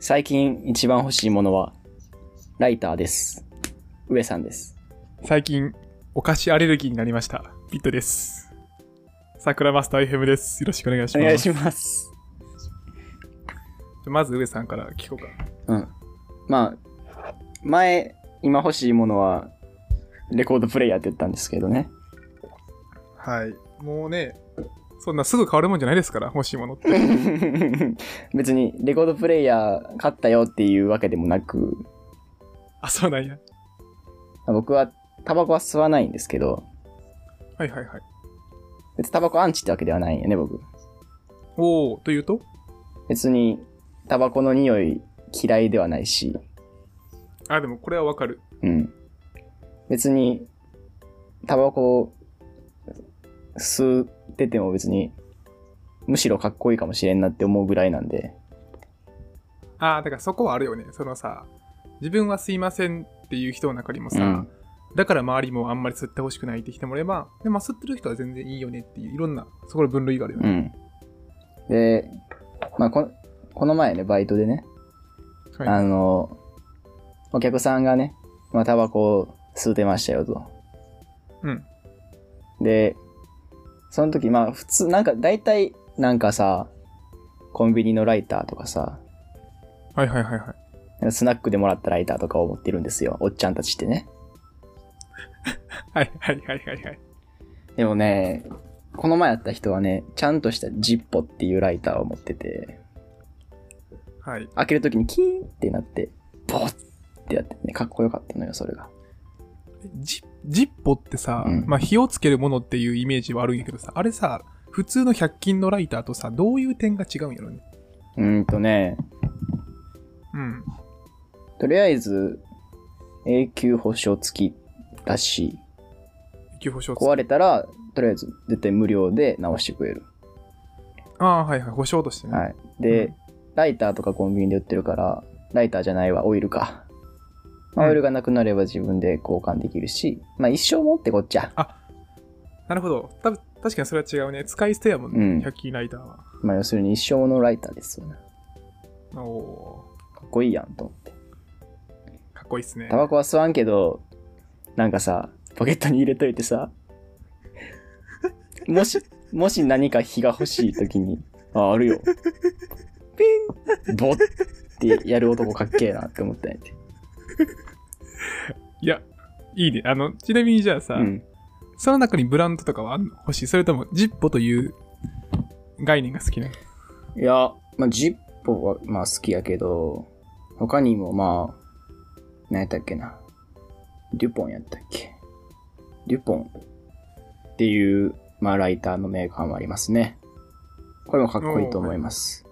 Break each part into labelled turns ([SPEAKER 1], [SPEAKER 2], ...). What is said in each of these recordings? [SPEAKER 1] 最近一番欲しいものは、ライターです。上さんです。
[SPEAKER 2] 最近、お菓子アレルギーになりました。ピットです。桜マスター FM です。よろしくお願いし
[SPEAKER 1] お
[SPEAKER 2] ます。
[SPEAKER 1] 願いします。
[SPEAKER 2] まず上さんから聞こうか。
[SPEAKER 1] うん。まあ、前、今欲しいものは、レコードプレイヤーって言ったんですけどね。
[SPEAKER 2] はい。もうね、そんなすぐ変わるもんじゃないですから、欲しいも のって。
[SPEAKER 1] 別に、レコードプレイヤー買ったよっていうわけでもなく、
[SPEAKER 2] あ、そうなんや。
[SPEAKER 1] 僕はタバコは吸わないんですけど、
[SPEAKER 2] はいはいはい。
[SPEAKER 1] 別にタバコアンチってわけではないんやね、僕。
[SPEAKER 2] おー、というと
[SPEAKER 1] 別に、タバコの匂い嫌いではないし、
[SPEAKER 2] あ、でもこれはわかる。
[SPEAKER 1] うん。別に、タバコを吸ってても別に、むしろかっこいいかもしれんなって思うぐらいなんで、
[SPEAKER 2] あー、だからそこはあるよね。そのさ、自分はすいませんっていう人の中にもさ、
[SPEAKER 1] うん
[SPEAKER 2] だから周りもあんまり吸ってほしくないって人もいれば、でも吸ってる人は全然いいよねっていう、いろんな、そこの分類があるよ
[SPEAKER 1] う
[SPEAKER 2] ね。
[SPEAKER 1] ん。で、まあこ、この前ね、バイトでね、
[SPEAKER 2] は
[SPEAKER 1] あ
[SPEAKER 2] い。
[SPEAKER 1] の、お客さんがね、まあ、タバコを吸うてましたよと。
[SPEAKER 2] うん。
[SPEAKER 1] で、その時、まあ、普通、なんか、大体、なんかさ、コンビニのライターとかさ、
[SPEAKER 2] はいはいはいはい。
[SPEAKER 1] スナックでもらったライターとかを持ってるんですよ。おっちゃんたちってね。
[SPEAKER 2] はいはいはいはいはい。
[SPEAKER 1] でもね、この前やった人はね、ちゃんとしたジッポっていうライターを持ってて、
[SPEAKER 2] はい。
[SPEAKER 1] 開けるときにキーンってなって、ボッってやってね、かっこよかったのよ、それが。
[SPEAKER 2] ジジッポってさ、
[SPEAKER 1] うん
[SPEAKER 2] まあ火をつけるものっていうイメージはあるんやけどさ、あれさ、普通の100均のライターとさ、どういう点が違うんやろね。
[SPEAKER 1] うーんとね、
[SPEAKER 2] うん。
[SPEAKER 1] とりあえず、永久保証付きだし、
[SPEAKER 2] 給付証
[SPEAKER 1] 壊れたら、とりあえず絶対無料で直してくれる。
[SPEAKER 2] ああ、はいはい、保証としてね。
[SPEAKER 1] はい。で、
[SPEAKER 2] うん
[SPEAKER 1] ライターとかコンビニで売ってるから、ライターじゃないわ、オイルか。まあ
[SPEAKER 2] うん
[SPEAKER 1] オイルがなくなれば自分で交換できるし、まあ一生持ってこっちゃ。
[SPEAKER 2] なるほど。た確かにそれは違うね。使い捨てやもんね、
[SPEAKER 1] うん
[SPEAKER 2] 100均ライターは。
[SPEAKER 1] まあ要するに一生ものライターですよね。
[SPEAKER 2] おお
[SPEAKER 1] かっこいいやんと思って。
[SPEAKER 2] ーかっこいいっすね
[SPEAKER 1] タ。バコは吸わんけど、なんかさ、ポケットに入れといてさ、もし、もし何か火が欲しい時に、あ、あるよ。ピンボッってやる男かっけえなって思ったんやて。
[SPEAKER 2] いや、いいね。あの、ちなみにじゃあさ、
[SPEAKER 1] うん。
[SPEAKER 2] その中にブランドとかはあんの欲しいそれとも、ジッポという概念が好きなの
[SPEAKER 1] いや、まあ、ジッポは、まあ、好きやけど、他にも、まあ、何やったっけな。デュポンやったっけ。デュポンっていう、まあ、ライターのメーカーもありますね。これもかっこいいと思います。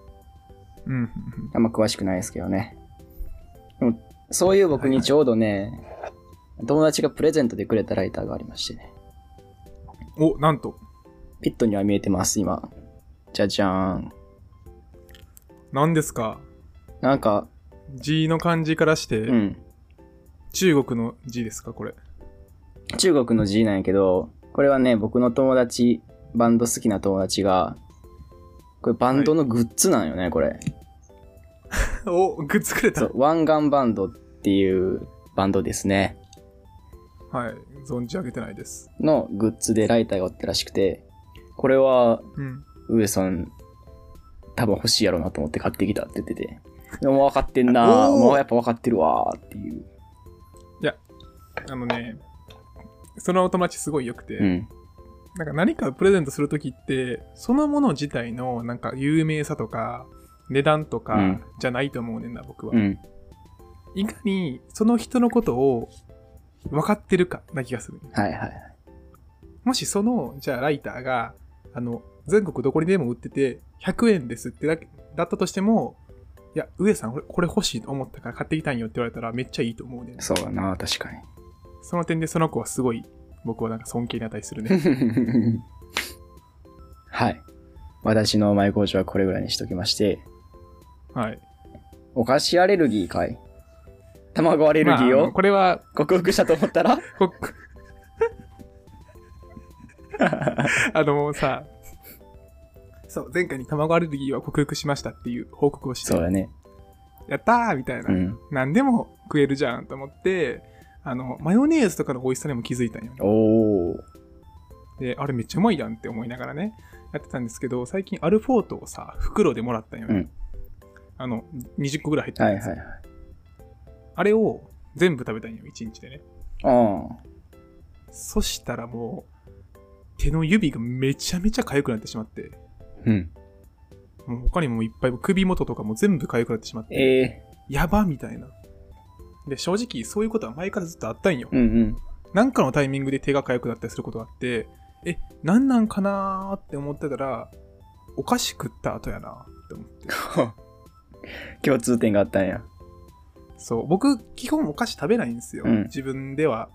[SPEAKER 2] うんうんうん。
[SPEAKER 1] あんま詳しくないですけどね。でも、そういう僕にちょうどね、友達がプレゼントでくれたライターがありましてね。
[SPEAKER 2] お、なんと。
[SPEAKER 1] ピットには見えてます、今。じゃじゃーん。
[SPEAKER 2] 何ですか
[SPEAKER 1] なんか、
[SPEAKER 2] 字の漢字からして、
[SPEAKER 1] うん。
[SPEAKER 2] 中国の字ですかこれ。
[SPEAKER 1] 中国の G なんやけど、これはね、僕の友達、バンド好きな友達が、これバンドのグッズなんよね、これ。
[SPEAKER 2] お、グッズくれた
[SPEAKER 1] そ。う、湾岸バンドっていうバンドですね。
[SPEAKER 2] はい。存じ上げてないです。
[SPEAKER 1] のグッズでライターがおったらしくて、これは、
[SPEAKER 2] うん。
[SPEAKER 1] 上さん、多分欲しいやろうなと思って買ってきたって言ってて。でも分かってんな
[SPEAKER 2] おー
[SPEAKER 1] もうやっぱ分かってるわーっていう。
[SPEAKER 2] あのね、そのお友達すごい良くて、
[SPEAKER 1] うん。
[SPEAKER 2] なんか何かをプレゼントするときって、そのもの自体のなんか有名さとか、値段と
[SPEAKER 1] う
[SPEAKER 2] か
[SPEAKER 1] ん
[SPEAKER 2] じゃないと思うねんな、僕は。
[SPEAKER 1] うん。
[SPEAKER 2] いかにその人のことを分かってるかな気がする。
[SPEAKER 1] はいはい。
[SPEAKER 2] もしその、じゃあライターが、あの、全国どこにでも売ってて、100円ですってだけだったとしても、いや、上さん、俺これ欲しいと思ったから買ってきたんよって言われたらめっちゃいいと思うね。
[SPEAKER 1] そうだな確かに。
[SPEAKER 2] その点でその子はすごい、僕はなんか尊敬に値するね。
[SPEAKER 1] はい。私のマイ工場はこれぐらいにしときまして、
[SPEAKER 2] はい。
[SPEAKER 1] お菓子アレルギーかい卵アレルギー
[SPEAKER 2] まああ
[SPEAKER 1] を
[SPEAKER 2] のこれは、
[SPEAKER 1] 克服したと思ったら、
[SPEAKER 2] こあの、もうさ、 そう、前回に卵アレルギーは克服しましたっていう報告をして
[SPEAKER 1] そう、だね。
[SPEAKER 2] やったーみたいな、
[SPEAKER 1] うん。
[SPEAKER 2] 何でも食えるじゃんと思ってあのマヨネーズとかの美味しさにも気づいたんよね
[SPEAKER 1] おー。
[SPEAKER 2] であれめっちゃうまいやんって思いながらねやってたんですけど最近アルフォートをさ袋でもらったんよね、
[SPEAKER 1] うん
[SPEAKER 2] あの20個ぐらい入ってた
[SPEAKER 1] はい
[SPEAKER 2] や
[SPEAKER 1] はい
[SPEAKER 2] つ、
[SPEAKER 1] はい。
[SPEAKER 2] あれを全部食べたんよ1日でね
[SPEAKER 1] ああ。
[SPEAKER 2] そしたらもう手の指がめちゃめちゃ痒くなってしまって
[SPEAKER 1] うん。
[SPEAKER 2] もう他にもいっぱい首元とかも全部痒くなってしまって
[SPEAKER 1] ええ
[SPEAKER 2] やばみたいなで正直そういうことは前からずっとあったんよ、
[SPEAKER 1] ー。うんうん。
[SPEAKER 2] なんかのタイミングで手が痒くなったりすることがあって、え、なんなんかなーって思ってたら、お菓子食った後やなって思って。
[SPEAKER 1] 共通点があったんや。
[SPEAKER 2] そう、僕、基本お菓子食べないんですよ。
[SPEAKER 1] うん
[SPEAKER 2] 自分では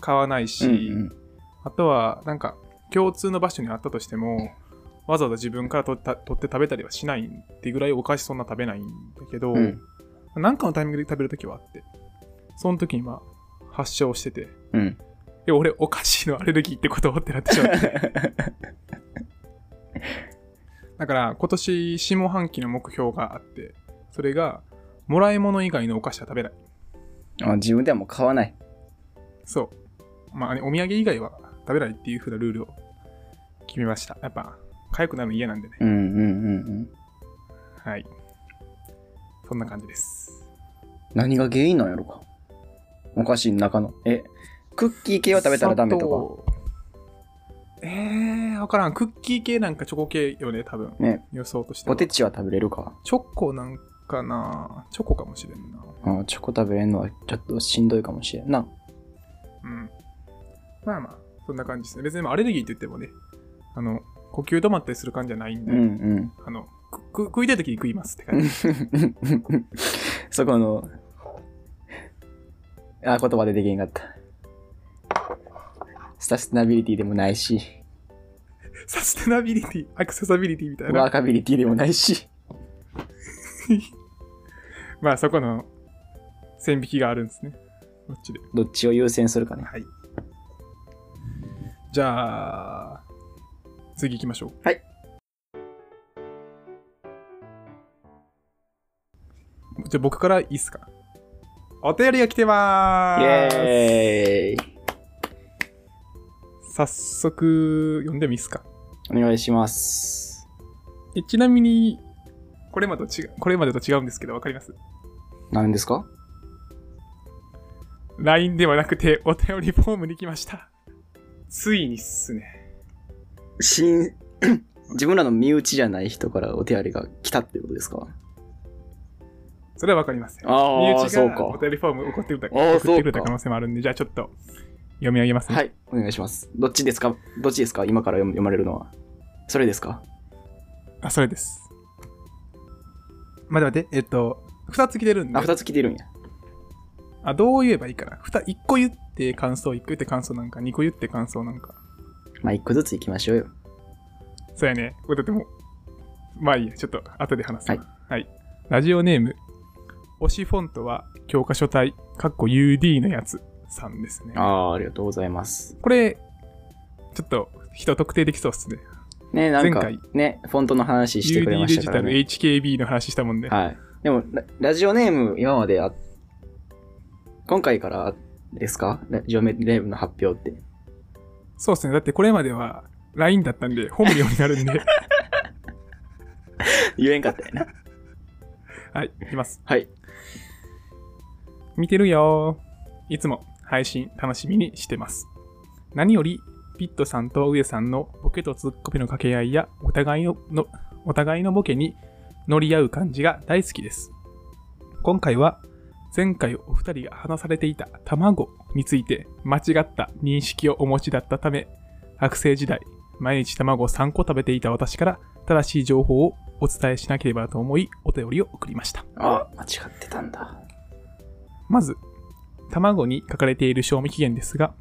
[SPEAKER 2] 買わないし、
[SPEAKER 1] うん
[SPEAKER 2] あとは、なんか、共通の場所にあったとしても、わざわざ自分から取った取って食べたりはしないってぐらいお菓子そんな食べないんだけど、
[SPEAKER 1] うん。うん。
[SPEAKER 2] なんかのタイミングで食べるときはあって、その時にまあ、発症してて、
[SPEAKER 1] うん。
[SPEAKER 2] え、俺お菓子のアレルギーってことってなってしまってだから今年下半期の目標があってそれがもらい物以外のお菓子は食べない
[SPEAKER 1] あ自分ではもう買わない。
[SPEAKER 2] そうまあねお土産以外は食べないっていう風なルールを決めましたやっぱ痒くなるの嫌なんでね
[SPEAKER 1] うんうんうんうん。
[SPEAKER 2] はいそんな感じです
[SPEAKER 1] 何が原因なんやろか。お菓子の中の。え、クッキー系は食べたらダメと
[SPEAKER 2] かえー、分からんクッキー系なんかチョコ系よね多分
[SPEAKER 1] か。ね、
[SPEAKER 2] 予想として
[SPEAKER 1] ポ
[SPEAKER 2] は
[SPEAKER 1] テ
[SPEAKER 2] チ
[SPEAKER 1] チは食べれるか。
[SPEAKER 2] ョコなんかなチョコかもしれんな
[SPEAKER 1] うん、チョコ食べれんのはちょっとしんどいかもしれんな。
[SPEAKER 2] うん。まあまあ、そんな感じですね。別にまあアレルギーって言ってもね、あの、呼吸止まったりする感じじゃないん
[SPEAKER 1] う
[SPEAKER 2] で、
[SPEAKER 1] んうん。
[SPEAKER 2] あの、くく食いたい時に食いますって感 じ。
[SPEAKER 1] そこの、あ、言葉でできんかった。サステナビリティでもないし、
[SPEAKER 2] サステナビリティ、アクセサビリティみたい
[SPEAKER 1] ワ
[SPEAKER 2] な
[SPEAKER 1] ー。カビリティでもないし。
[SPEAKER 2] まあそこの線引きがあるんですね。こっちで。
[SPEAKER 1] どっちを優先するかね。
[SPEAKER 2] はい。じゃあ、次行きましょう。
[SPEAKER 1] はい。
[SPEAKER 2] じゃあ僕からいいっすか。お便りが来てま
[SPEAKER 1] イ
[SPEAKER 2] ーす
[SPEAKER 1] エーイ
[SPEAKER 2] 早速読んでもいいですか
[SPEAKER 1] お願いします。
[SPEAKER 2] えちなみにこれまでと違うこれまでと違うんですけどわかります
[SPEAKER 1] 何ですか
[SPEAKER 2] LINE ではなくてお便りフォームに来ましたついにっすね
[SPEAKER 1] 新 自分らの身内じゃない人からお手りが来たってことですか
[SPEAKER 2] それはわかりません
[SPEAKER 1] あー
[SPEAKER 2] 身内
[SPEAKER 1] そう
[SPEAKER 2] が
[SPEAKER 1] か
[SPEAKER 2] お便りフォーム送ってくれた
[SPEAKER 1] あー
[SPEAKER 2] 送ってくれ
[SPEAKER 1] そう
[SPEAKER 2] た
[SPEAKER 1] か
[SPEAKER 2] 可能性もあるんでじゃあちょっと読み上げますね、
[SPEAKER 1] はい、お願いします。どっちですかどっちですか今から読む読まれるのは。それですか
[SPEAKER 2] あそれです待って待ってえっと2つ来てるんで
[SPEAKER 1] あ、二つ来てるんや。
[SPEAKER 2] あどう言えばいいかな1個言って感想1個言って感想なんか2個言って感想なんか
[SPEAKER 1] まあ、一個ずつ行きましょうよ。
[SPEAKER 2] そうやね。これだってもう、まあいいや、ちょっと後で話すわ
[SPEAKER 1] は
[SPEAKER 2] はい。ラジオネーム、推しフォントは教科書体、かっこ UD のやつさんですね。
[SPEAKER 1] ああー、ありがとうございます。
[SPEAKER 2] これ、ちょっと人特定できそうっすね。
[SPEAKER 1] ね、なんか
[SPEAKER 2] 前回、
[SPEAKER 1] ね、フォントの話してくれ
[SPEAKER 2] UD
[SPEAKER 1] ま
[SPEAKER 2] デ
[SPEAKER 1] した
[SPEAKER 2] ジタ
[SPEAKER 1] から、
[SPEAKER 2] ル
[SPEAKER 1] ね。
[SPEAKER 2] HKB の話したもんで、
[SPEAKER 1] はい。でもラ、ラジオネーム、今まであ、今回からですかラジオネームの発表って。
[SPEAKER 2] そうっすね。だってこれまでは LINE だったんで、本名になる んで、
[SPEAKER 1] 言えんかったよな。
[SPEAKER 2] はい、いきます。
[SPEAKER 1] はい。
[SPEAKER 2] 見てるよーいつも配信楽しみにしてます。何より、ピットさんと上さんのボケとツッコミの掛け合いや、お互いのの、お互いのボケに乗り合う感じが大好きです。今回は、前回お二人が話されていた卵について間違った認識をお持ちだったため、学生時代、毎日卵を3個食べていた私から正しい情報をお伝えしなければと思い、お便りを送りました。
[SPEAKER 1] あ間違ってたんだ。
[SPEAKER 2] まず、卵に書かれている賞味期限ですが、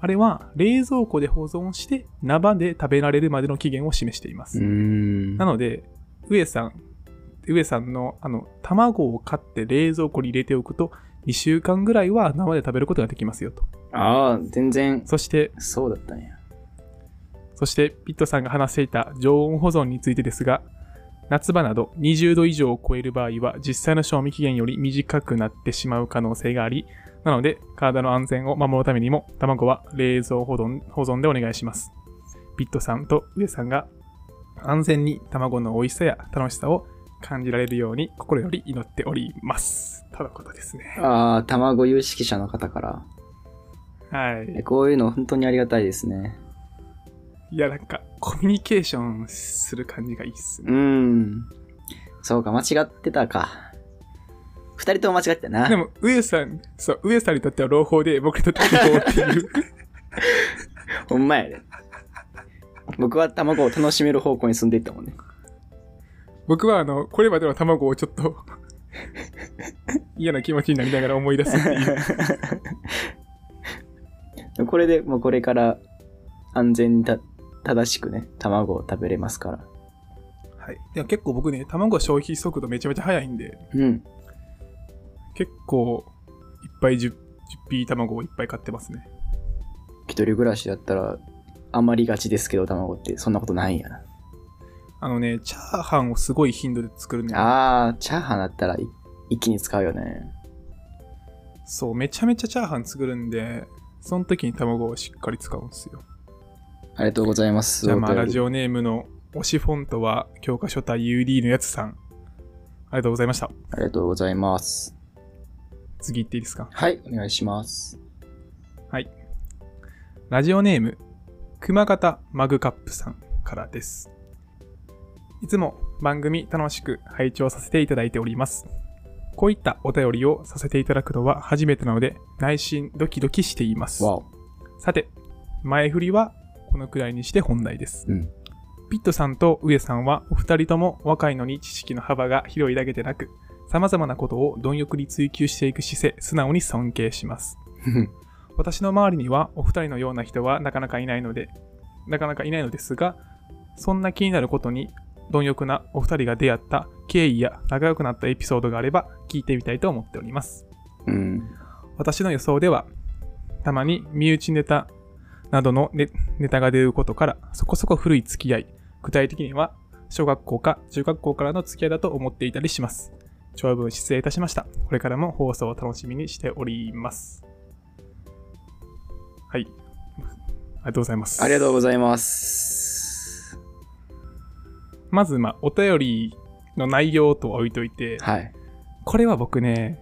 [SPEAKER 2] あれは冷蔵庫で保存して生で食べられるまでの期限を示していま
[SPEAKER 1] う
[SPEAKER 2] す。
[SPEAKER 1] ーん。
[SPEAKER 2] なので、上さん、上さんのあの卵を買って冷蔵庫に入れておくと、2週間ぐらいは生で食べることができますよと。
[SPEAKER 1] ああ、全然、
[SPEAKER 2] そして、
[SPEAKER 1] そうだったんや。
[SPEAKER 2] そして、ピットさんが話していた常温保存についてですが、夏場など20度以上を超える場合は実際の賞味期限より短くなってしまう可能性があり、なので体の安全を守るためにも卵は冷蔵保存保存でお願いします。ビットさんと上さんが安全に卵の美味しさや楽しさを感じられるように心より祈っております。とのことですね。
[SPEAKER 1] ああ、卵有識者の方から。
[SPEAKER 2] はい
[SPEAKER 1] え。こういうの本当にありがたいですね。
[SPEAKER 2] いや、なんかコミュニケーションする感じがいいっすね。
[SPEAKER 1] うん。そうか、間違ってたか。二人とも間違ってたな。
[SPEAKER 2] でも、上さん、そう、上さんにとっては朗報で、僕にとっては朗報って いう。
[SPEAKER 1] ほんまやで。僕は卵を楽しめる方向に進んでいったもんね。
[SPEAKER 2] 僕はあのこれまでの卵をちょっと嫌な気持ちになりながら思い出すっていう
[SPEAKER 1] これでもうこれから安全にた正しくね、卵を食べれますから。
[SPEAKER 2] はいでも結構僕ね卵消費速度めちゃめちゃ早いんで
[SPEAKER 1] うん。
[SPEAKER 2] 結構いっぱい 10, 10匹卵をいっぱい買ってますね
[SPEAKER 1] 一人暮らしだったら余りがちですけど、卵ってそんなことないんやな。
[SPEAKER 2] あのねチャーハンをすごい頻度で作るね
[SPEAKER 1] あー、チャーハンだったらい一気に使うよね。
[SPEAKER 2] そうめちゃめちゃチャーハン作るんでその時に卵をしっかり使うんですよ
[SPEAKER 1] ありがとうございます。
[SPEAKER 2] じゃあまあ
[SPEAKER 1] お便
[SPEAKER 2] ラ
[SPEAKER 1] り
[SPEAKER 2] ジオネームの推しフォントは教科書対 UD のやつさんありがとうございました
[SPEAKER 1] ありがとうございます。
[SPEAKER 2] 次行っていいですか
[SPEAKER 1] はい、お願いします。
[SPEAKER 2] はい。ラジオネーム、熊形マグカップさんからです。いつも番組楽しく拝聴させていただいております。こういったお便りをさせていただくのは初めてなので、内心ドキドキしています。
[SPEAKER 1] わお。
[SPEAKER 2] さて、前振りはこのくらいにして本題です。
[SPEAKER 1] うん。
[SPEAKER 2] ピットさんと上さんはお二人とも若いのに知識の幅が広いだけでなく、様々なことを貪欲に追求していく姿勢、素直に尊敬します。私の周りにはお二人のような人はなかなかいないので、なかなかいないのですが、そんな気になることに、貪欲なお二人が出会った経緯や仲良くなったエピソードがあれば聞いてみたいと思っております。
[SPEAKER 1] うん。
[SPEAKER 2] 私の予想では、たまに身内ネタなどのネネタが出ることから、そこそこ古い付き合い、具体的には小学校か中学校からの付き合いだと思っていたりします。長文失礼いたしました。これからも放送を楽しみにしております。はい。ありがとうございます。
[SPEAKER 1] ありがとうご
[SPEAKER 2] い
[SPEAKER 1] ざいます。
[SPEAKER 2] ます。まず、まあ、お便りの内容とは置いといて、
[SPEAKER 1] はい。
[SPEAKER 2] これは僕ね、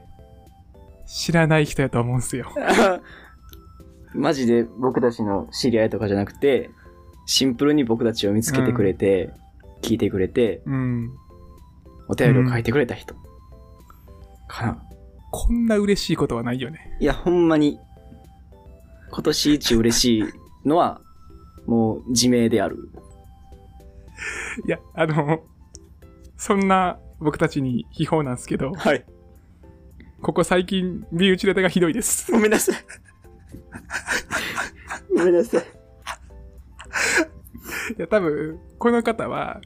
[SPEAKER 2] 知らない人やと思うんですよ。
[SPEAKER 1] マジで僕たちの知り合いとかじゃなくて、シンプルに僕たちを見つけてくれて、聞いてくれて、
[SPEAKER 2] うん。
[SPEAKER 1] お便りを書いてくれた人。かな。
[SPEAKER 2] こんな嬉しいことはないよね。
[SPEAKER 1] いや、ほんまに、今年一嬉しいのは、もう自明である。
[SPEAKER 2] いや、あの、そんな僕たちに秘宝なんですけど、
[SPEAKER 1] はい。
[SPEAKER 2] ここ最近、身内ネタがひど いです。
[SPEAKER 1] ごめんなさい。ごめんなさい。
[SPEAKER 2] いや、多分、この方は、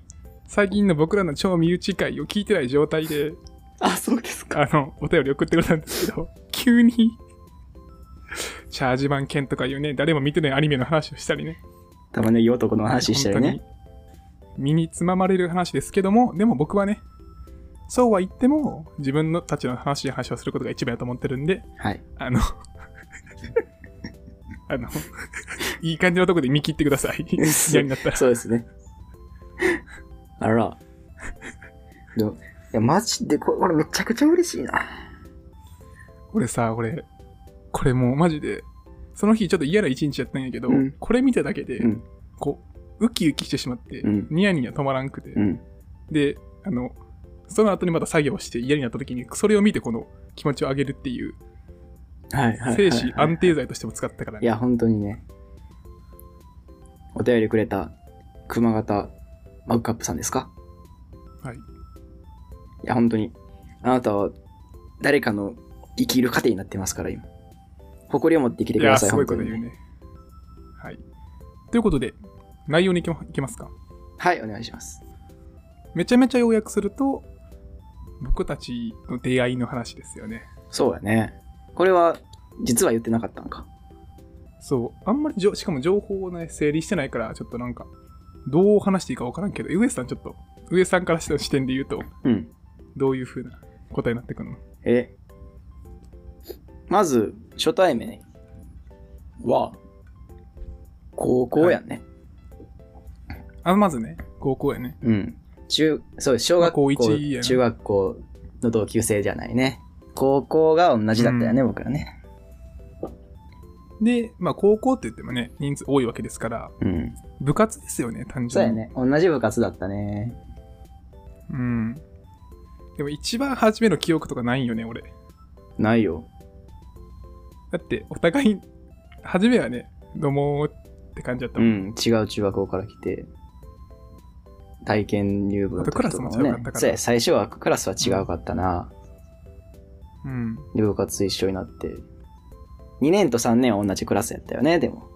[SPEAKER 2] 最近の僕らの超身内会を聞いてない状態で、
[SPEAKER 1] あ、そうですか。
[SPEAKER 2] あの、お便り送ってくれたんですけど、急に、チャージマン剣とかいうね、誰も見てないアニメの話をしたりね。
[SPEAKER 1] 玉ねぎ男の話したりね。
[SPEAKER 2] 本当に身につままれる話ですけども、でも僕はね、そうは言っても、自分のたちの話や話をすることが一番やと思ってるんで、
[SPEAKER 1] はい。
[SPEAKER 2] あの、あの、いい感じのとこで見切ってください。嫌になったら。
[SPEAKER 1] そうですね。あら。でもいや、マジでこれ、これめちゃくちゃ嬉しいな。
[SPEAKER 2] 俺さ、俺、これもうマジで、その日ちょっと嫌な一日やったんやけど、
[SPEAKER 1] うん
[SPEAKER 2] これ見ただけで、
[SPEAKER 1] うん、
[SPEAKER 2] こう、ウキウキしてしまって、
[SPEAKER 1] うん
[SPEAKER 2] ニヤニヤ止まらんくて、
[SPEAKER 1] うん。
[SPEAKER 2] で、あの、その後にまた作業して嫌になった時に、それを見てこの気持ちを上げるっていう、
[SPEAKER 1] はい、はい。
[SPEAKER 2] 精子
[SPEAKER 1] はい
[SPEAKER 2] 安定剤としても使ったから
[SPEAKER 1] い
[SPEAKER 2] ね。
[SPEAKER 1] や、本当にね。お便りくれた、熊形マグカップさんですか
[SPEAKER 2] はい。
[SPEAKER 1] いや、本当に。あなたは、誰かの生きる糧になってますから、今。誇りを持って生きて
[SPEAKER 2] い
[SPEAKER 1] くだ
[SPEAKER 2] や、
[SPEAKER 1] さい、
[SPEAKER 2] すごい
[SPEAKER 1] 本
[SPEAKER 2] こ
[SPEAKER 1] 当
[SPEAKER 2] と
[SPEAKER 1] に
[SPEAKER 2] 言う。ね。はい。ということで、内容にいきまいきますか。
[SPEAKER 1] はい、お願いします。
[SPEAKER 2] めちゃめちゃ要約すると、僕たちの出会いの話ですよね。
[SPEAKER 1] そうだね。これは、実は言ってなかったのか。
[SPEAKER 2] そう、あんまりじょ、しかも情報をね、整理してないから、ちょっとなんか、どう話していいか分からんけど、ウエスさんちょっと、上さんからした視点で言うと、
[SPEAKER 1] うん。
[SPEAKER 2] どういうふうな答えになってくるの
[SPEAKER 1] えまず、初対面は、高校やんね。
[SPEAKER 2] あの、まずね、高校やね。
[SPEAKER 1] うん。中、そう、小
[SPEAKER 2] まあ
[SPEAKER 1] 学
[SPEAKER 2] 高
[SPEAKER 1] 校、
[SPEAKER 2] 一やな
[SPEAKER 1] 中学校の同級生じゃないね。高校が同じだったよね、僕らね。
[SPEAKER 2] で、まあ、高校って言ってもね、人数多いわけですから、
[SPEAKER 1] うん。
[SPEAKER 2] 部活ですよね、単純に。
[SPEAKER 1] そうやね。同じ部活だったね。
[SPEAKER 2] うん。でも、一番初めの記憶とかないよね、俺。
[SPEAKER 1] ないよ。
[SPEAKER 2] だって、お互い、初めはね、どうもーって感じだった
[SPEAKER 1] う
[SPEAKER 2] もん。
[SPEAKER 1] ん。違う中学校から来て、体験入部の時とか
[SPEAKER 2] あと
[SPEAKER 1] も
[SPEAKER 2] クラスも違
[SPEAKER 1] ね
[SPEAKER 2] うかった。から
[SPEAKER 1] そうや、最初はクラスは違うかったな。
[SPEAKER 2] うん。
[SPEAKER 1] で、部活一緒になって。2年と3年は同じクラスやったよね、でも。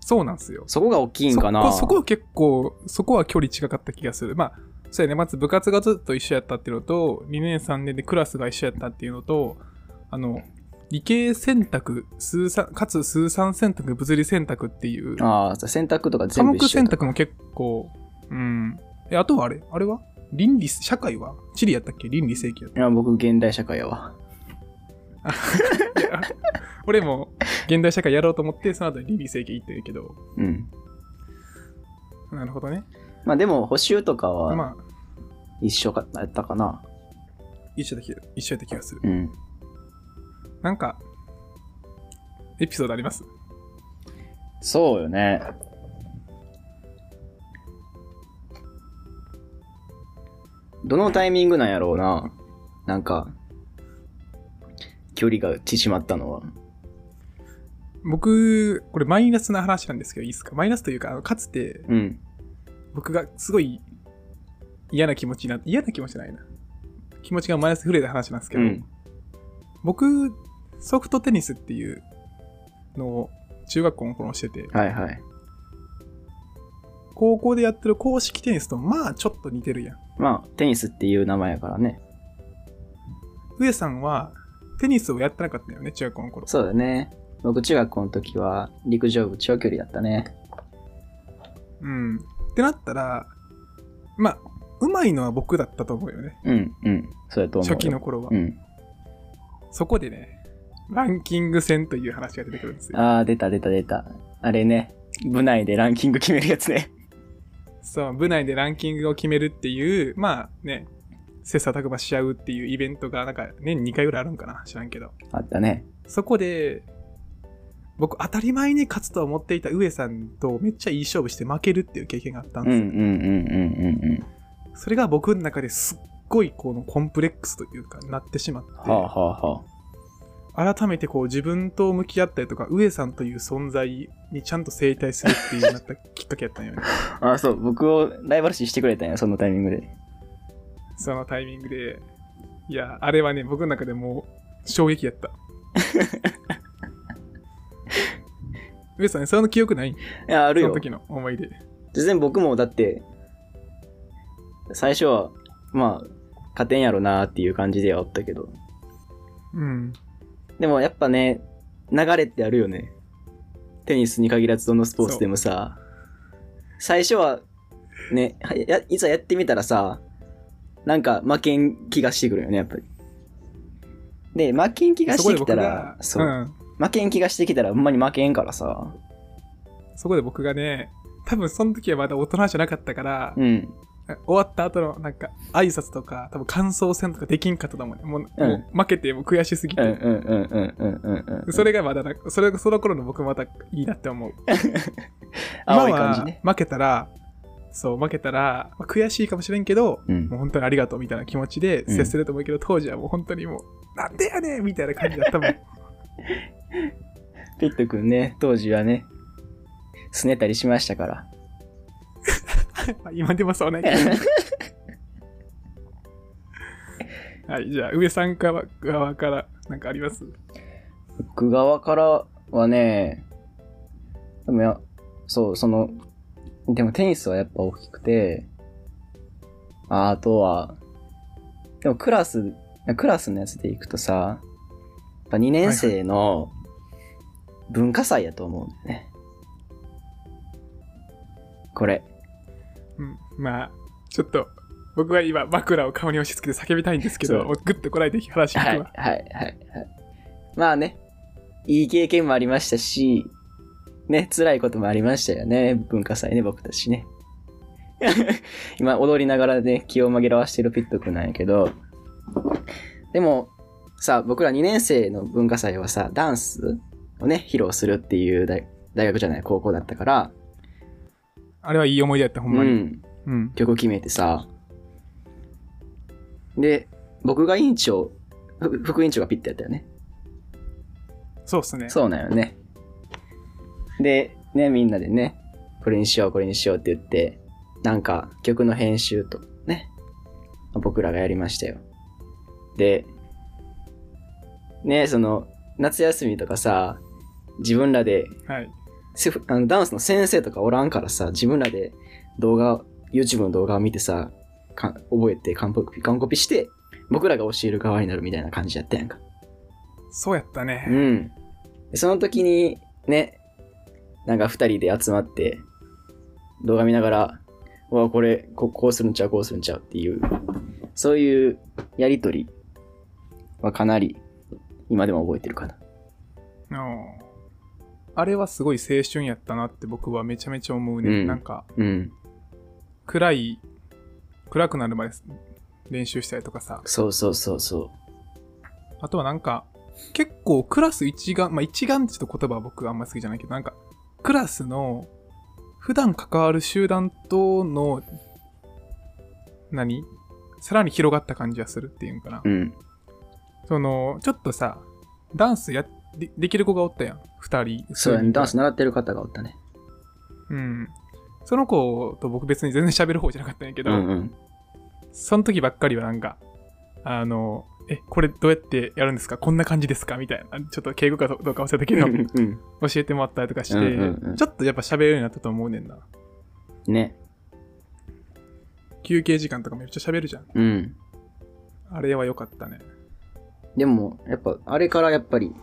[SPEAKER 2] そうなんすよ。
[SPEAKER 1] そこが大きいんかな
[SPEAKER 2] そこそこは結構、そこは距離近かった気がする。まあ、そうやね、まず部活がずっと一緒やったっていうのと、2年3年でクラスが一緒やったっていうのと、あの、理系選択、数三かつ数三選択、物理選択っていう、
[SPEAKER 1] ああ、選択とか
[SPEAKER 2] 科
[SPEAKER 1] 全部一
[SPEAKER 2] 目
[SPEAKER 1] 緒や
[SPEAKER 2] 選
[SPEAKER 1] った
[SPEAKER 2] 択も結構、うん。え、あとはあれあれは倫理、社会は地理やったっけ倫理正規やっ
[SPEAKER 1] いや、僕、現代社会やわ。
[SPEAKER 2] た。俺も現代社会やろうと思って、その後に倫理正規行ってるけど、
[SPEAKER 1] うん。
[SPEAKER 2] なるほどね。
[SPEAKER 1] まあでも、補習とかは
[SPEAKER 2] まあ、
[SPEAKER 1] 一緒かやったかな。
[SPEAKER 2] 一緒だけ一緒やった気がする。
[SPEAKER 1] うん。
[SPEAKER 2] なんか、エピソードあります
[SPEAKER 1] そうよね。どのタイミングなんやろうな。なんか、距離が縮まったのは。
[SPEAKER 2] 僕、これマイナスな話なんですけど、いいですかマイナスというか、あのかつて
[SPEAKER 1] うん。
[SPEAKER 2] 僕がすごい嫌な気持ちな、嫌な気持ちじゃないな。気持ちがマイナスに触れた話なんですけ
[SPEAKER 1] う
[SPEAKER 2] ど、
[SPEAKER 1] ん。
[SPEAKER 2] 僕、ソフトテニスっていうのを中学校の頃してて、
[SPEAKER 1] はいはい。
[SPEAKER 2] 高校でやってる公式テニスとまあちょっと似てるやん。
[SPEAKER 1] まあ、テニスっていう名前やからね。
[SPEAKER 2] 上さんはテニスをやってなかったよね、中学校の頃。
[SPEAKER 1] そうだね。僕、中学校の時は陸上部長距離だったね。
[SPEAKER 2] うん。ってなったら、まあ、うまいのは僕だったと思うよね。
[SPEAKER 1] うんうん。そうやと思うよ。
[SPEAKER 2] 初期の頃は。
[SPEAKER 1] うん。
[SPEAKER 2] そこでね、ランキング戦という話が出てくるんですよ。
[SPEAKER 1] ああ、出た出た出た。あれね。部内でランキング決めるやつね。
[SPEAKER 2] そう、部内でランキングを決めるっていう、まあね、切磋琢磨し合うっていうイベントが、なんか年2回ぐらいあるんかな知らんけど。
[SPEAKER 1] あったね。
[SPEAKER 2] そこで、僕、当たり前に勝つと思っていた上さんとめっちゃいい勝負して負けるっていう経験があった
[SPEAKER 1] うんんうん
[SPEAKER 2] で
[SPEAKER 1] う
[SPEAKER 2] す
[SPEAKER 1] ん
[SPEAKER 2] よ。
[SPEAKER 1] うんうんうん。
[SPEAKER 2] それが僕の中ですっごいこのコンプレックスというかなってしまって、
[SPEAKER 1] はあはあはあ。
[SPEAKER 2] 改めてこう自分と向き合ったりとか、上さんという存在にちゃんと正対するっていうなったきっかけやったんよね。
[SPEAKER 1] ああ、そう、僕をライバル視してくれたんや、そのタイミングで。
[SPEAKER 2] そのタイミングで、いや、あれはね、僕の中でもう衝撃 やった。上さん、その記憶ない
[SPEAKER 1] いや、ある
[SPEAKER 2] そ
[SPEAKER 1] よ。
[SPEAKER 2] の時の思い出。
[SPEAKER 1] 全然僕もだって、最初は、まあ、勝てんやろなーっていう感じではおったけど。
[SPEAKER 2] うん。
[SPEAKER 1] でもやっぱね、流れってあるよね。テニスに限らずどのスポーツでもさ、最初は、ね、はやいざやってみたらさ、なんか負けん気がしてくるよね、やっぱり。で、負けん気が
[SPEAKER 2] そ
[SPEAKER 1] し
[SPEAKER 2] こ
[SPEAKER 1] て
[SPEAKER 2] で
[SPEAKER 1] き
[SPEAKER 2] 僕
[SPEAKER 1] たら
[SPEAKER 2] が、、
[SPEAKER 1] そう、
[SPEAKER 2] ん。
[SPEAKER 1] 負けん気がしてきたら、ほんまに負けんからさ、
[SPEAKER 2] そこで僕がね、多分その時はまだ大人じゃなかったから、
[SPEAKER 1] うん、
[SPEAKER 2] 終わった後のなんか挨拶とか、多分感想戦とかできんかったと思うね。もう,、
[SPEAKER 1] うん
[SPEAKER 2] もう負けて、もう悔しすぎ
[SPEAKER 1] うん、うん、
[SPEAKER 2] て。
[SPEAKER 1] うん、うん、うん、うん、うん。
[SPEAKER 2] それがまだなんか、それその頃の僕またいいなって思う。
[SPEAKER 1] 青い
[SPEAKER 2] 今
[SPEAKER 1] 感
[SPEAKER 2] は
[SPEAKER 1] じね。
[SPEAKER 2] 負けたら、そう、負けたら、まあ悔しいかもしれんけど、
[SPEAKER 1] うん
[SPEAKER 2] もう本当にありがとうみたいな気持ちで接すると思うけど、当時はもう本当にもう、なんでやねんみたいな感じだった もん。
[SPEAKER 1] ピットくんね、当時はね、すねたりしましたから。
[SPEAKER 2] まあ今でもそう ね。はい、じゃあ、上さん側側から、なんかあります
[SPEAKER 1] 僕側からはね、でもや、そう、その、でもテニスはやっぱ大きくて、ああとは、でもクラス、クラスのやつで行くとさ、やっぱ2年生の文化祭やと思うんだよね。これ。
[SPEAKER 2] うん、まあ、ちょっと、僕は今、枕を顔に押し付けて叫びたいんですけ
[SPEAKER 1] そ
[SPEAKER 2] ど、
[SPEAKER 1] う
[SPEAKER 2] もうグッとこらえて話
[SPEAKER 1] はい、
[SPEAKER 2] 聞く
[SPEAKER 1] はい
[SPEAKER 2] わ。、
[SPEAKER 1] はい、はい。まあね、いい経験もありましたし、ね、辛いこともありましたよね。文化祭ね、僕たちね。 今、踊りながらね、気を紛らわしてるピット君なんやけど、でも、さ、僕ら2年生の文化祭はさ、ダンスをね、披露するっていう大大学じゃない、高校だったから、
[SPEAKER 2] あれはいい思い出やった、ほん
[SPEAKER 1] う
[SPEAKER 2] まに。
[SPEAKER 1] ん、
[SPEAKER 2] うん。
[SPEAKER 1] 曲決めてさ、で、僕が委員長、ふ副委員長がピットやったよね。
[SPEAKER 2] そうっすね。
[SPEAKER 1] そうなんよね。で、ね、みんなでね、これにしよう、これにしようって言って、なんか曲の編集とね、僕らがやりましたよ。で、ね、その、夏休みとかさ、自分らで、
[SPEAKER 2] はい。
[SPEAKER 1] せあのダンスの先生とかおらんからさ、自分らで動画、YouTube の動画を見てさ、か覚えて完コピ、完コピして、僕らが教える側になるみたいな感じやったやんか。
[SPEAKER 2] そうやったね。
[SPEAKER 1] うん。でその時に、ね、なんか二人で集まって、動画見ながら、うわ、これ、ここうするんちゃう、こうするんちゃうっていう、そういうやりとりはかなり、今でも覚えてるかな。
[SPEAKER 2] うんあれはすごい青春やったなって僕はめちゃめちゃ思うね。
[SPEAKER 1] うん
[SPEAKER 2] なんか、
[SPEAKER 1] うん。
[SPEAKER 2] 暗い、暗くなるまで練習したりとかさ。
[SPEAKER 1] そうそうそうそ
[SPEAKER 2] あとはなんか、結構クラス一丸、まあ一丸ってちょっと言葉は僕あんま好きじゃないけど、なんか、クラスの、普段関わる集団との、何さらに広がった感じがするっていうんかな。
[SPEAKER 1] う。うん。
[SPEAKER 2] その、ちょっとさ、ダンスや、でできる子がおったやん。二人。
[SPEAKER 1] そうやね。ダン
[SPEAKER 2] ス
[SPEAKER 1] ス習ってる方がおったね。
[SPEAKER 2] うん。その子と僕別に全然喋る方じゃなかったんやけ
[SPEAKER 1] う
[SPEAKER 2] ど、
[SPEAKER 1] んうん。
[SPEAKER 2] その時ばっかりはなんか、あの、え、これどうやってやるんですかこんな感じですかみたいな。ちょっと敬語かどうか忘れたけど、教
[SPEAKER 1] うん
[SPEAKER 2] えてもらったりとかして、
[SPEAKER 1] うんうんうん
[SPEAKER 2] ちょっとやっぱ喋るようになったと思うねんな。
[SPEAKER 1] ね。
[SPEAKER 2] 休憩時間とかめっちゃ喋るじゃん。
[SPEAKER 1] うん。
[SPEAKER 2] あれは良かったね。
[SPEAKER 1] でも、やっぱ、あれからやっぱり、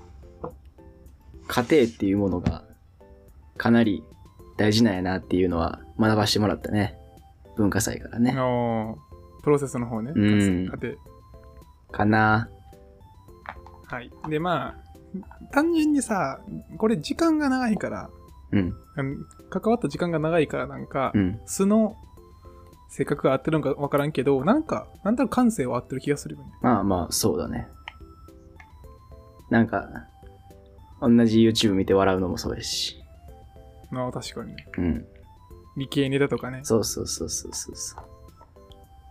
[SPEAKER 1] 家庭っていうものが、かなり大事なんやなっていうのは学ばしてもらったね。文化祭から
[SPEAKER 2] あ
[SPEAKER 1] ね。
[SPEAKER 2] のプロセスの方ね。
[SPEAKER 1] うん
[SPEAKER 2] 家庭
[SPEAKER 1] かな
[SPEAKER 2] はい。で、まあ、単純にさ、これ時間が長いから、
[SPEAKER 1] うん、
[SPEAKER 2] うん関わった時間が長いからなんか、
[SPEAKER 1] うん。
[SPEAKER 2] 素の性格が合ってるのか分からんけど、なんか、なんとなく感性は合ってる気がするよね。
[SPEAKER 1] まあまあ、そうだね。なんか、同じ YouTube 見て笑うのもそうですし。
[SPEAKER 2] ああ、確かにね。
[SPEAKER 1] うん。
[SPEAKER 2] 理系ネタとかね。
[SPEAKER 1] そうそうそうそうそうそう。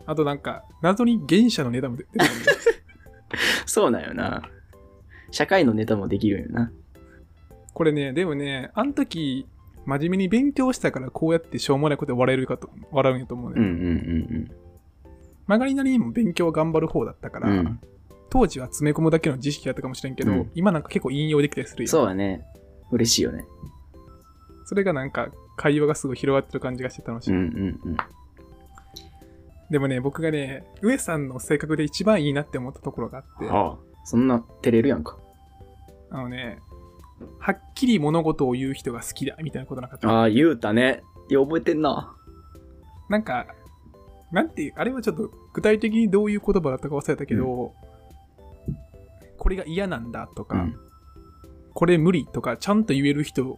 [SPEAKER 2] あとなんか、謎に原社のネタも出てくるよね。
[SPEAKER 1] そうなんよな。社会のネタもできるんよな。
[SPEAKER 2] これね、でもね、あの時、真面目に勉強したからこうやってしょうもないことで笑えるかと、笑うんやと思うね。
[SPEAKER 1] うんうん
[SPEAKER 2] 曲がりなりにも勉強頑張る方だったか
[SPEAKER 1] うんう
[SPEAKER 2] ら、
[SPEAKER 1] ん。うん。
[SPEAKER 2] 当時は詰め込むだけの知識だったかもしれんけど、
[SPEAKER 1] うん
[SPEAKER 2] 今なんか結構引用できたりするやん
[SPEAKER 1] そうだね。嬉しいよね。
[SPEAKER 2] それがなんか、会話がすごい広がってる感じがして楽しい。
[SPEAKER 1] うんうんうん。
[SPEAKER 2] でもね、僕がね、上さんの性格で一番いいなって思ったところがあって、
[SPEAKER 1] ああそんな照れるやんか。
[SPEAKER 2] あのね、はっきり物事を言う人が好きだみたいなことなかった。
[SPEAKER 1] ああ、言うたね。いや、覚えてんな。
[SPEAKER 2] なんか、なんていう、あれはちょっと具体的にどういう言葉だったか忘れたけど、これが嫌なんだとか、
[SPEAKER 1] うん
[SPEAKER 2] これ無理とか、ちゃんと言える人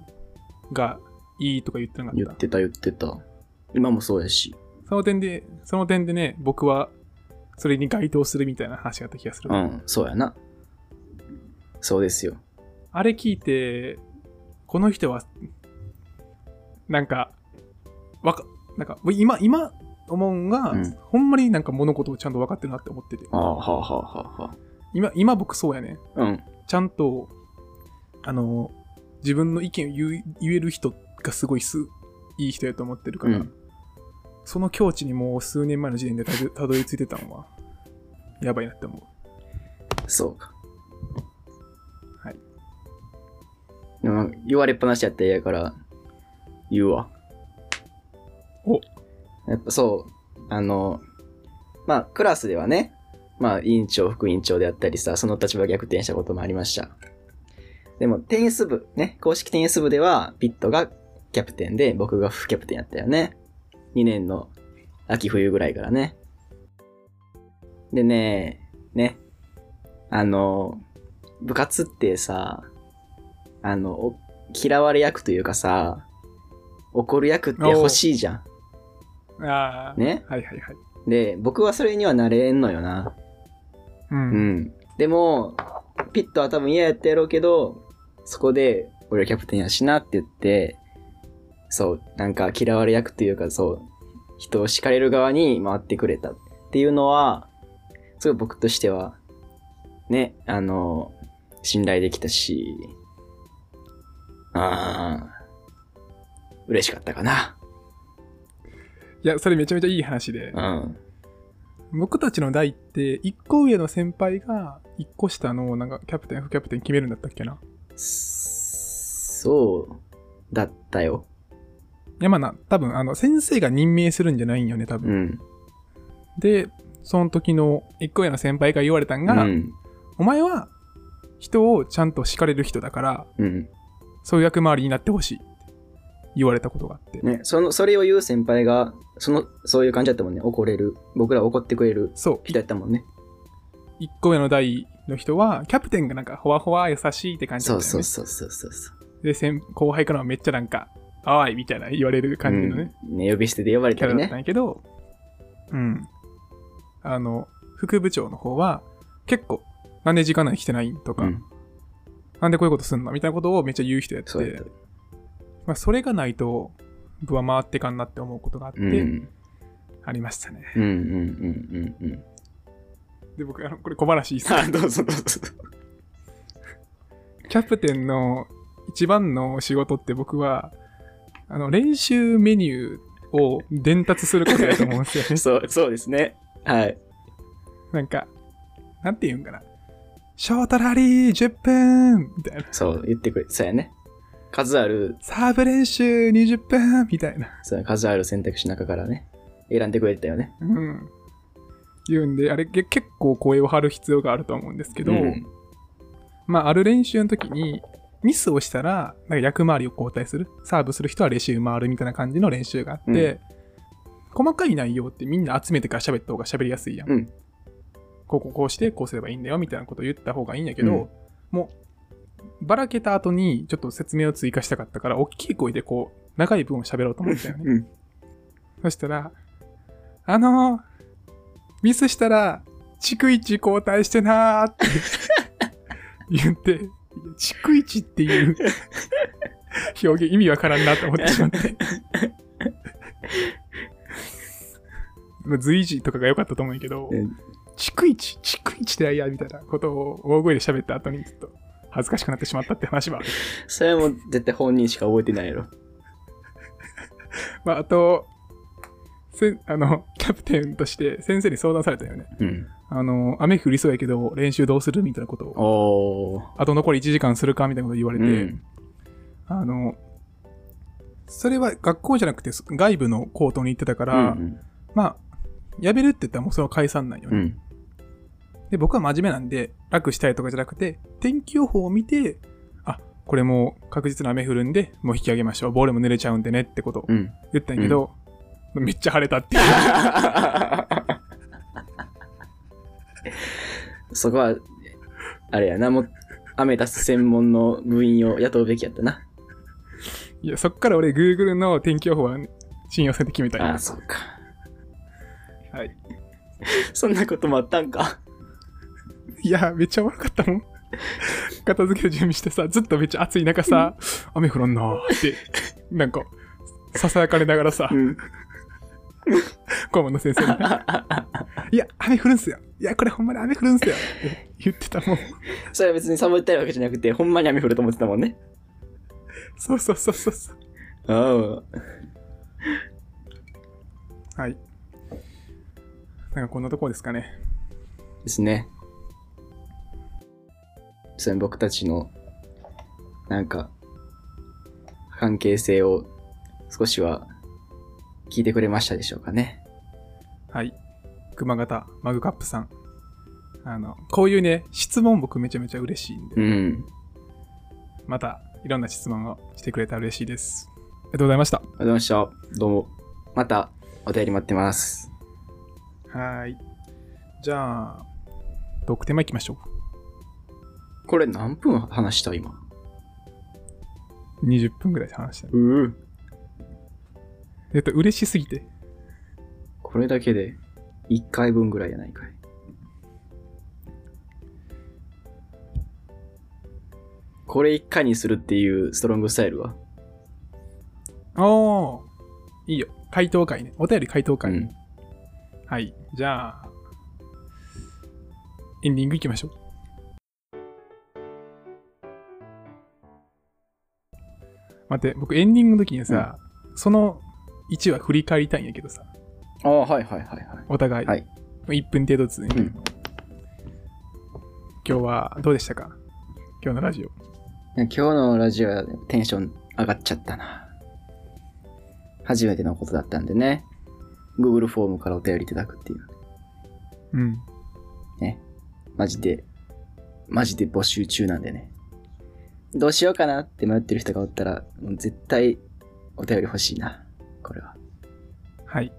[SPEAKER 2] がいいとか言ってなか
[SPEAKER 1] 言
[SPEAKER 2] っ。
[SPEAKER 1] ったてた、言ってた。今もそうやし。
[SPEAKER 2] その点で、その点でね、僕はそれに該当するみたいな話があった気がする。
[SPEAKER 1] うん、そうやな。そうですよ。
[SPEAKER 2] あれ聞いて、この人は、なんか、わか、なんか、今、今思うんが、
[SPEAKER 1] うん
[SPEAKER 2] ほんまになんか物事をちゃんと分かってるなって思ってて。
[SPEAKER 1] ああ、はあはあはあは
[SPEAKER 2] 今、今僕そうやね。
[SPEAKER 1] あ。うん。
[SPEAKER 2] ちゃんと、あの、自分の意見を言う言える人がすごいす、いい人やと思ってるから、
[SPEAKER 1] うん
[SPEAKER 2] その境地にもう数年前の時点でたど たどり着いてたのは、やばいなって思う。
[SPEAKER 1] そうか。
[SPEAKER 2] はい。
[SPEAKER 1] でもなんか言われっぱなしやったら嫌やから、言うわ。
[SPEAKER 2] お
[SPEAKER 1] やっぱそう、あの、まあ、クラスではね、まあ、委員長、副委員長であったりさ、その立場が逆転したこともありました。でも、テニス部、ね、公式テニス部では、ピットがキャプテンで、僕が副キャプテンやったよね。2年の秋冬ぐらいからね。でね、ね、あの、部活ってさ、あの、お嫌われ役というかさ、怒る役って欲しいじゃ
[SPEAKER 2] ああ、
[SPEAKER 1] ん。ね。
[SPEAKER 2] はいはいはい。
[SPEAKER 1] で、僕はそれにはなれんのよな。
[SPEAKER 2] う。
[SPEAKER 1] うんん。でも、ピットは多分嫌やったやろうけど、そこで、俺はキャプテンやしなって言って、そう、なんか嫌われ役というか、そう、人を叱れる側に回ってくれたっていうのは、すごい僕としては、ね、あの、信頼できたし、ああ、嬉しかったかな。
[SPEAKER 2] いや、それめちゃめちゃいい話で。
[SPEAKER 1] うん。
[SPEAKER 2] 僕たちの代って、一個上の先輩が、一個下の、なんか、キャプテン、副キャプテン決めるんだったっけな。
[SPEAKER 1] そう、だったよ。
[SPEAKER 2] いや、まあな、多分、あの、先生が任命するんじゃないんよね、多
[SPEAKER 1] う
[SPEAKER 2] 分。
[SPEAKER 1] ん。
[SPEAKER 2] で、その時の、一個上の先輩が言われたん
[SPEAKER 1] う
[SPEAKER 2] が、
[SPEAKER 1] ん。
[SPEAKER 2] お前は、人をちゃんと叱れる人だから、
[SPEAKER 1] うん。
[SPEAKER 2] そういう役回りになってほしいって言われたことがあって。
[SPEAKER 1] ね、その、それを言う先輩が、その、そういう感じだったもんね。怒れる。僕らを怒ってくれる
[SPEAKER 2] そう、
[SPEAKER 1] 人やったもんね。
[SPEAKER 2] 一個上の代の人は、キャプテンがなんか、ほわほわ優しいって感じ
[SPEAKER 1] そ
[SPEAKER 2] だっ
[SPEAKER 1] う
[SPEAKER 2] たよね。
[SPEAKER 1] そうそうそうそうそう。
[SPEAKER 2] で、先後輩からはめっちゃなんか、あーいみたいな言われる感じのね、
[SPEAKER 1] うん。ね、呼び捨てで呼ばれ
[SPEAKER 2] キャ
[SPEAKER 1] たり
[SPEAKER 2] ラだった
[SPEAKER 1] ね
[SPEAKER 2] ん。やけど、うん。あの、副部長の方は、結構、なんで時間内に来てないんとか、
[SPEAKER 1] うん。
[SPEAKER 2] なんでこういうことすんのみたいなことをめっちゃ言う人やって、
[SPEAKER 1] そうやった。
[SPEAKER 2] まあ、それがないと、部は回ってかんなって思うことがあって、
[SPEAKER 1] うん。うん
[SPEAKER 2] ありましたね。
[SPEAKER 1] うんうんうんうん。
[SPEAKER 2] で、僕、あのこれ小話いいっすか
[SPEAKER 1] あ、どうぞどう ぞ。
[SPEAKER 2] キャプテンの一番の仕事って僕は、あの、練習メニューを伝達することだと思うんですよ ね。
[SPEAKER 1] そう、そうですね。はい。
[SPEAKER 2] なんか、なんて言うんかな。ショートラリー10分みたいな。
[SPEAKER 1] そう、言ってくれ。そうやね。数ある、
[SPEAKER 2] サーブ練習20分みたいな。
[SPEAKER 1] そう数ある選択肢の中からね、選んでくれてたよね。
[SPEAKER 2] うん。言うんで、あれけ結構声を張る必要があると思うんですけど、
[SPEAKER 1] うん
[SPEAKER 2] まあ、ある練習の時に、ミスをしたら、なんか役回りを交代する。サーブする人はレシーブ回るみたいな感じの練習があって、
[SPEAKER 1] うん
[SPEAKER 2] 細かい内容ってみんな集めてから喋った方が喋りやすいやん。
[SPEAKER 1] うん
[SPEAKER 2] こうこうこうして、こうすればいいんだよみたいなことを言った方がいいんやけど、
[SPEAKER 1] うん
[SPEAKER 2] もう、ばらけた後にちょっと説明を追加したかったから、大きい声でこう、長い文を喋ろうと思ったよね。
[SPEAKER 1] うん。
[SPEAKER 2] そしたら、あのーミスしたら、逐一交代してなーって言って、逐一っていう表現意味わからんなと思ってしまって。まあ随時とかが良かったと思うんやけど
[SPEAKER 1] うん、
[SPEAKER 2] 逐一、逐一であいや、みたいなことを大声で喋った後にちょっと恥ずかしくなってしまったって話は
[SPEAKER 1] それはもう絶対本人しか覚えてないやろ。
[SPEAKER 2] まあ、あと、せんあの、キャプテンとして先生に相談されたよね。
[SPEAKER 1] うん。
[SPEAKER 2] あの、雨降りそうやけど、練習どうするみたいなことを。
[SPEAKER 1] おー。
[SPEAKER 2] あと残り1時間するかみたいなこと言われ
[SPEAKER 1] う
[SPEAKER 2] て、
[SPEAKER 1] ん。
[SPEAKER 2] あの、それは学校じゃなくてそ外部の高校に行ってたから、
[SPEAKER 1] うん
[SPEAKER 2] まあ、やめるって言ったらもうそれは解散なんよ
[SPEAKER 1] う
[SPEAKER 2] ね、
[SPEAKER 1] ん。
[SPEAKER 2] で、僕は真面目なんで、楽したいとかじゃなくて、天気予報を見て、あ、これもう確実な雨降るんで、もう引き上げましょう。ボールも濡れちゃうんでねってことを
[SPEAKER 1] うん。
[SPEAKER 2] 言ったんやけど、めっちゃ晴れたっていう。
[SPEAKER 1] そこは、あれやな、もう、雨出す専門の部員を雇うべきやったな。
[SPEAKER 2] いや、そっから俺、Google の天気予報は信用せて決めたい。
[SPEAKER 1] あ
[SPEAKER 2] は
[SPEAKER 1] あ、そうか。
[SPEAKER 2] い。
[SPEAKER 1] そんなこともあったんか。
[SPEAKER 2] いや、めっちゃおもろかったもん。片付ける準備してさ、ずっとめっちゃ暑い中さ、雨降らんなーって、なんか、ささやかれながらさ、
[SPEAKER 1] ん。
[SPEAKER 2] 顧問の先生に、いや、雨降るんすよ。いや、これほんまに雨降るんすよ。って言ってたもん。
[SPEAKER 1] それは別にサボりたいわけじゃなくて、ほんまに雨降ると思ってたもんね。
[SPEAKER 2] そうそうそうそうそう。
[SPEAKER 1] あ
[SPEAKER 2] はい。なんかこんなとこですかね。
[SPEAKER 1] あ。ですね。それ僕たちの、なんか、関係性を少しは聞いてくれましたでしょうかね。
[SPEAKER 2] はい。熊形マグカップさん。あの、こういうね、質問僕めちゃめちゃ嬉しいんで。
[SPEAKER 1] うん。
[SPEAKER 2] またいろんな質問をしてくれたら嬉しいです。ありがとうございました。
[SPEAKER 1] ありがとうございました。どうも。また、お便り待ってます。
[SPEAKER 2] はーい。じゃあ、トークテーマいきましょ
[SPEAKER 1] これ何分話した今。
[SPEAKER 2] う。20分ぐらいで話した。
[SPEAKER 1] うう。
[SPEAKER 2] えっと、嬉しすぎて。
[SPEAKER 1] これだけで1回分ぐらいやないかい。これ1回にするっていうストロングスタイルは、
[SPEAKER 2] おー、いいよ。回答会ね。お便り回答
[SPEAKER 1] う
[SPEAKER 2] 会、
[SPEAKER 1] ん、
[SPEAKER 2] はい。じゃあ、エンディングいきましょう。待って、僕エンディングの時にさ、その1話振り返りたいんやけどさ、
[SPEAKER 1] ああ、はいはいはいはい。
[SPEAKER 2] お互い。
[SPEAKER 1] はい
[SPEAKER 2] 1分程度ずつに、
[SPEAKER 1] うん
[SPEAKER 2] 今日はどうでしたか今日のラジオ。
[SPEAKER 1] 今日のラジオはテンション上がっちゃったな。初めてのことだったんでね。Google フォームからお便りいただくっていう。
[SPEAKER 2] うん。
[SPEAKER 1] マジで、マジで募集中なんでね。どうしようかなって迷ってる人がおったら、もう絶対お便り欲しいな。これは。
[SPEAKER 2] はい。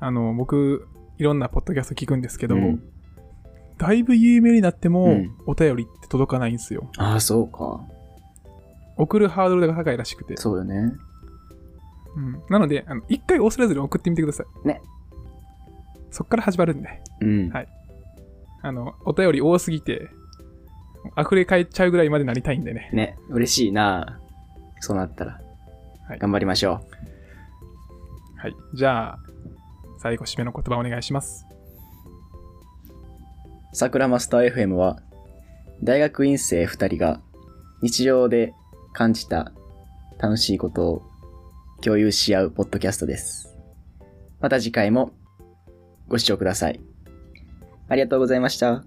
[SPEAKER 2] あの、僕、いろんなポッドキャスト聞くんですけど、
[SPEAKER 1] うん
[SPEAKER 2] だいぶ有名になっても、
[SPEAKER 1] うん
[SPEAKER 2] お便りって届かないんですよ。
[SPEAKER 1] ああ、そうか。
[SPEAKER 2] 送るハードルが高いらしくて。
[SPEAKER 1] そうよね。
[SPEAKER 2] うん、なので、あの一回恐れずに送ってみてください。
[SPEAKER 1] ね。
[SPEAKER 2] そっから始まるんで、
[SPEAKER 1] うん。
[SPEAKER 2] はいあの、お便り多すぎて、溢れ返っちゃうぐらいまでなりたいんでね。
[SPEAKER 1] ね、嬉しいな。そうなったら。
[SPEAKER 2] はい
[SPEAKER 1] 頑張りましょ
[SPEAKER 2] はい。じゃあ、最後、締めの言葉お願いします。
[SPEAKER 1] う。桜マスター FM は、大学院生2人が日常で感じた楽しいことを共有し合うポッドキャストです。また次回もご視聴ください。ありがとうございました。
[SPEAKER 2] あ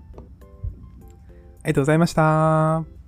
[SPEAKER 2] りがとうございました。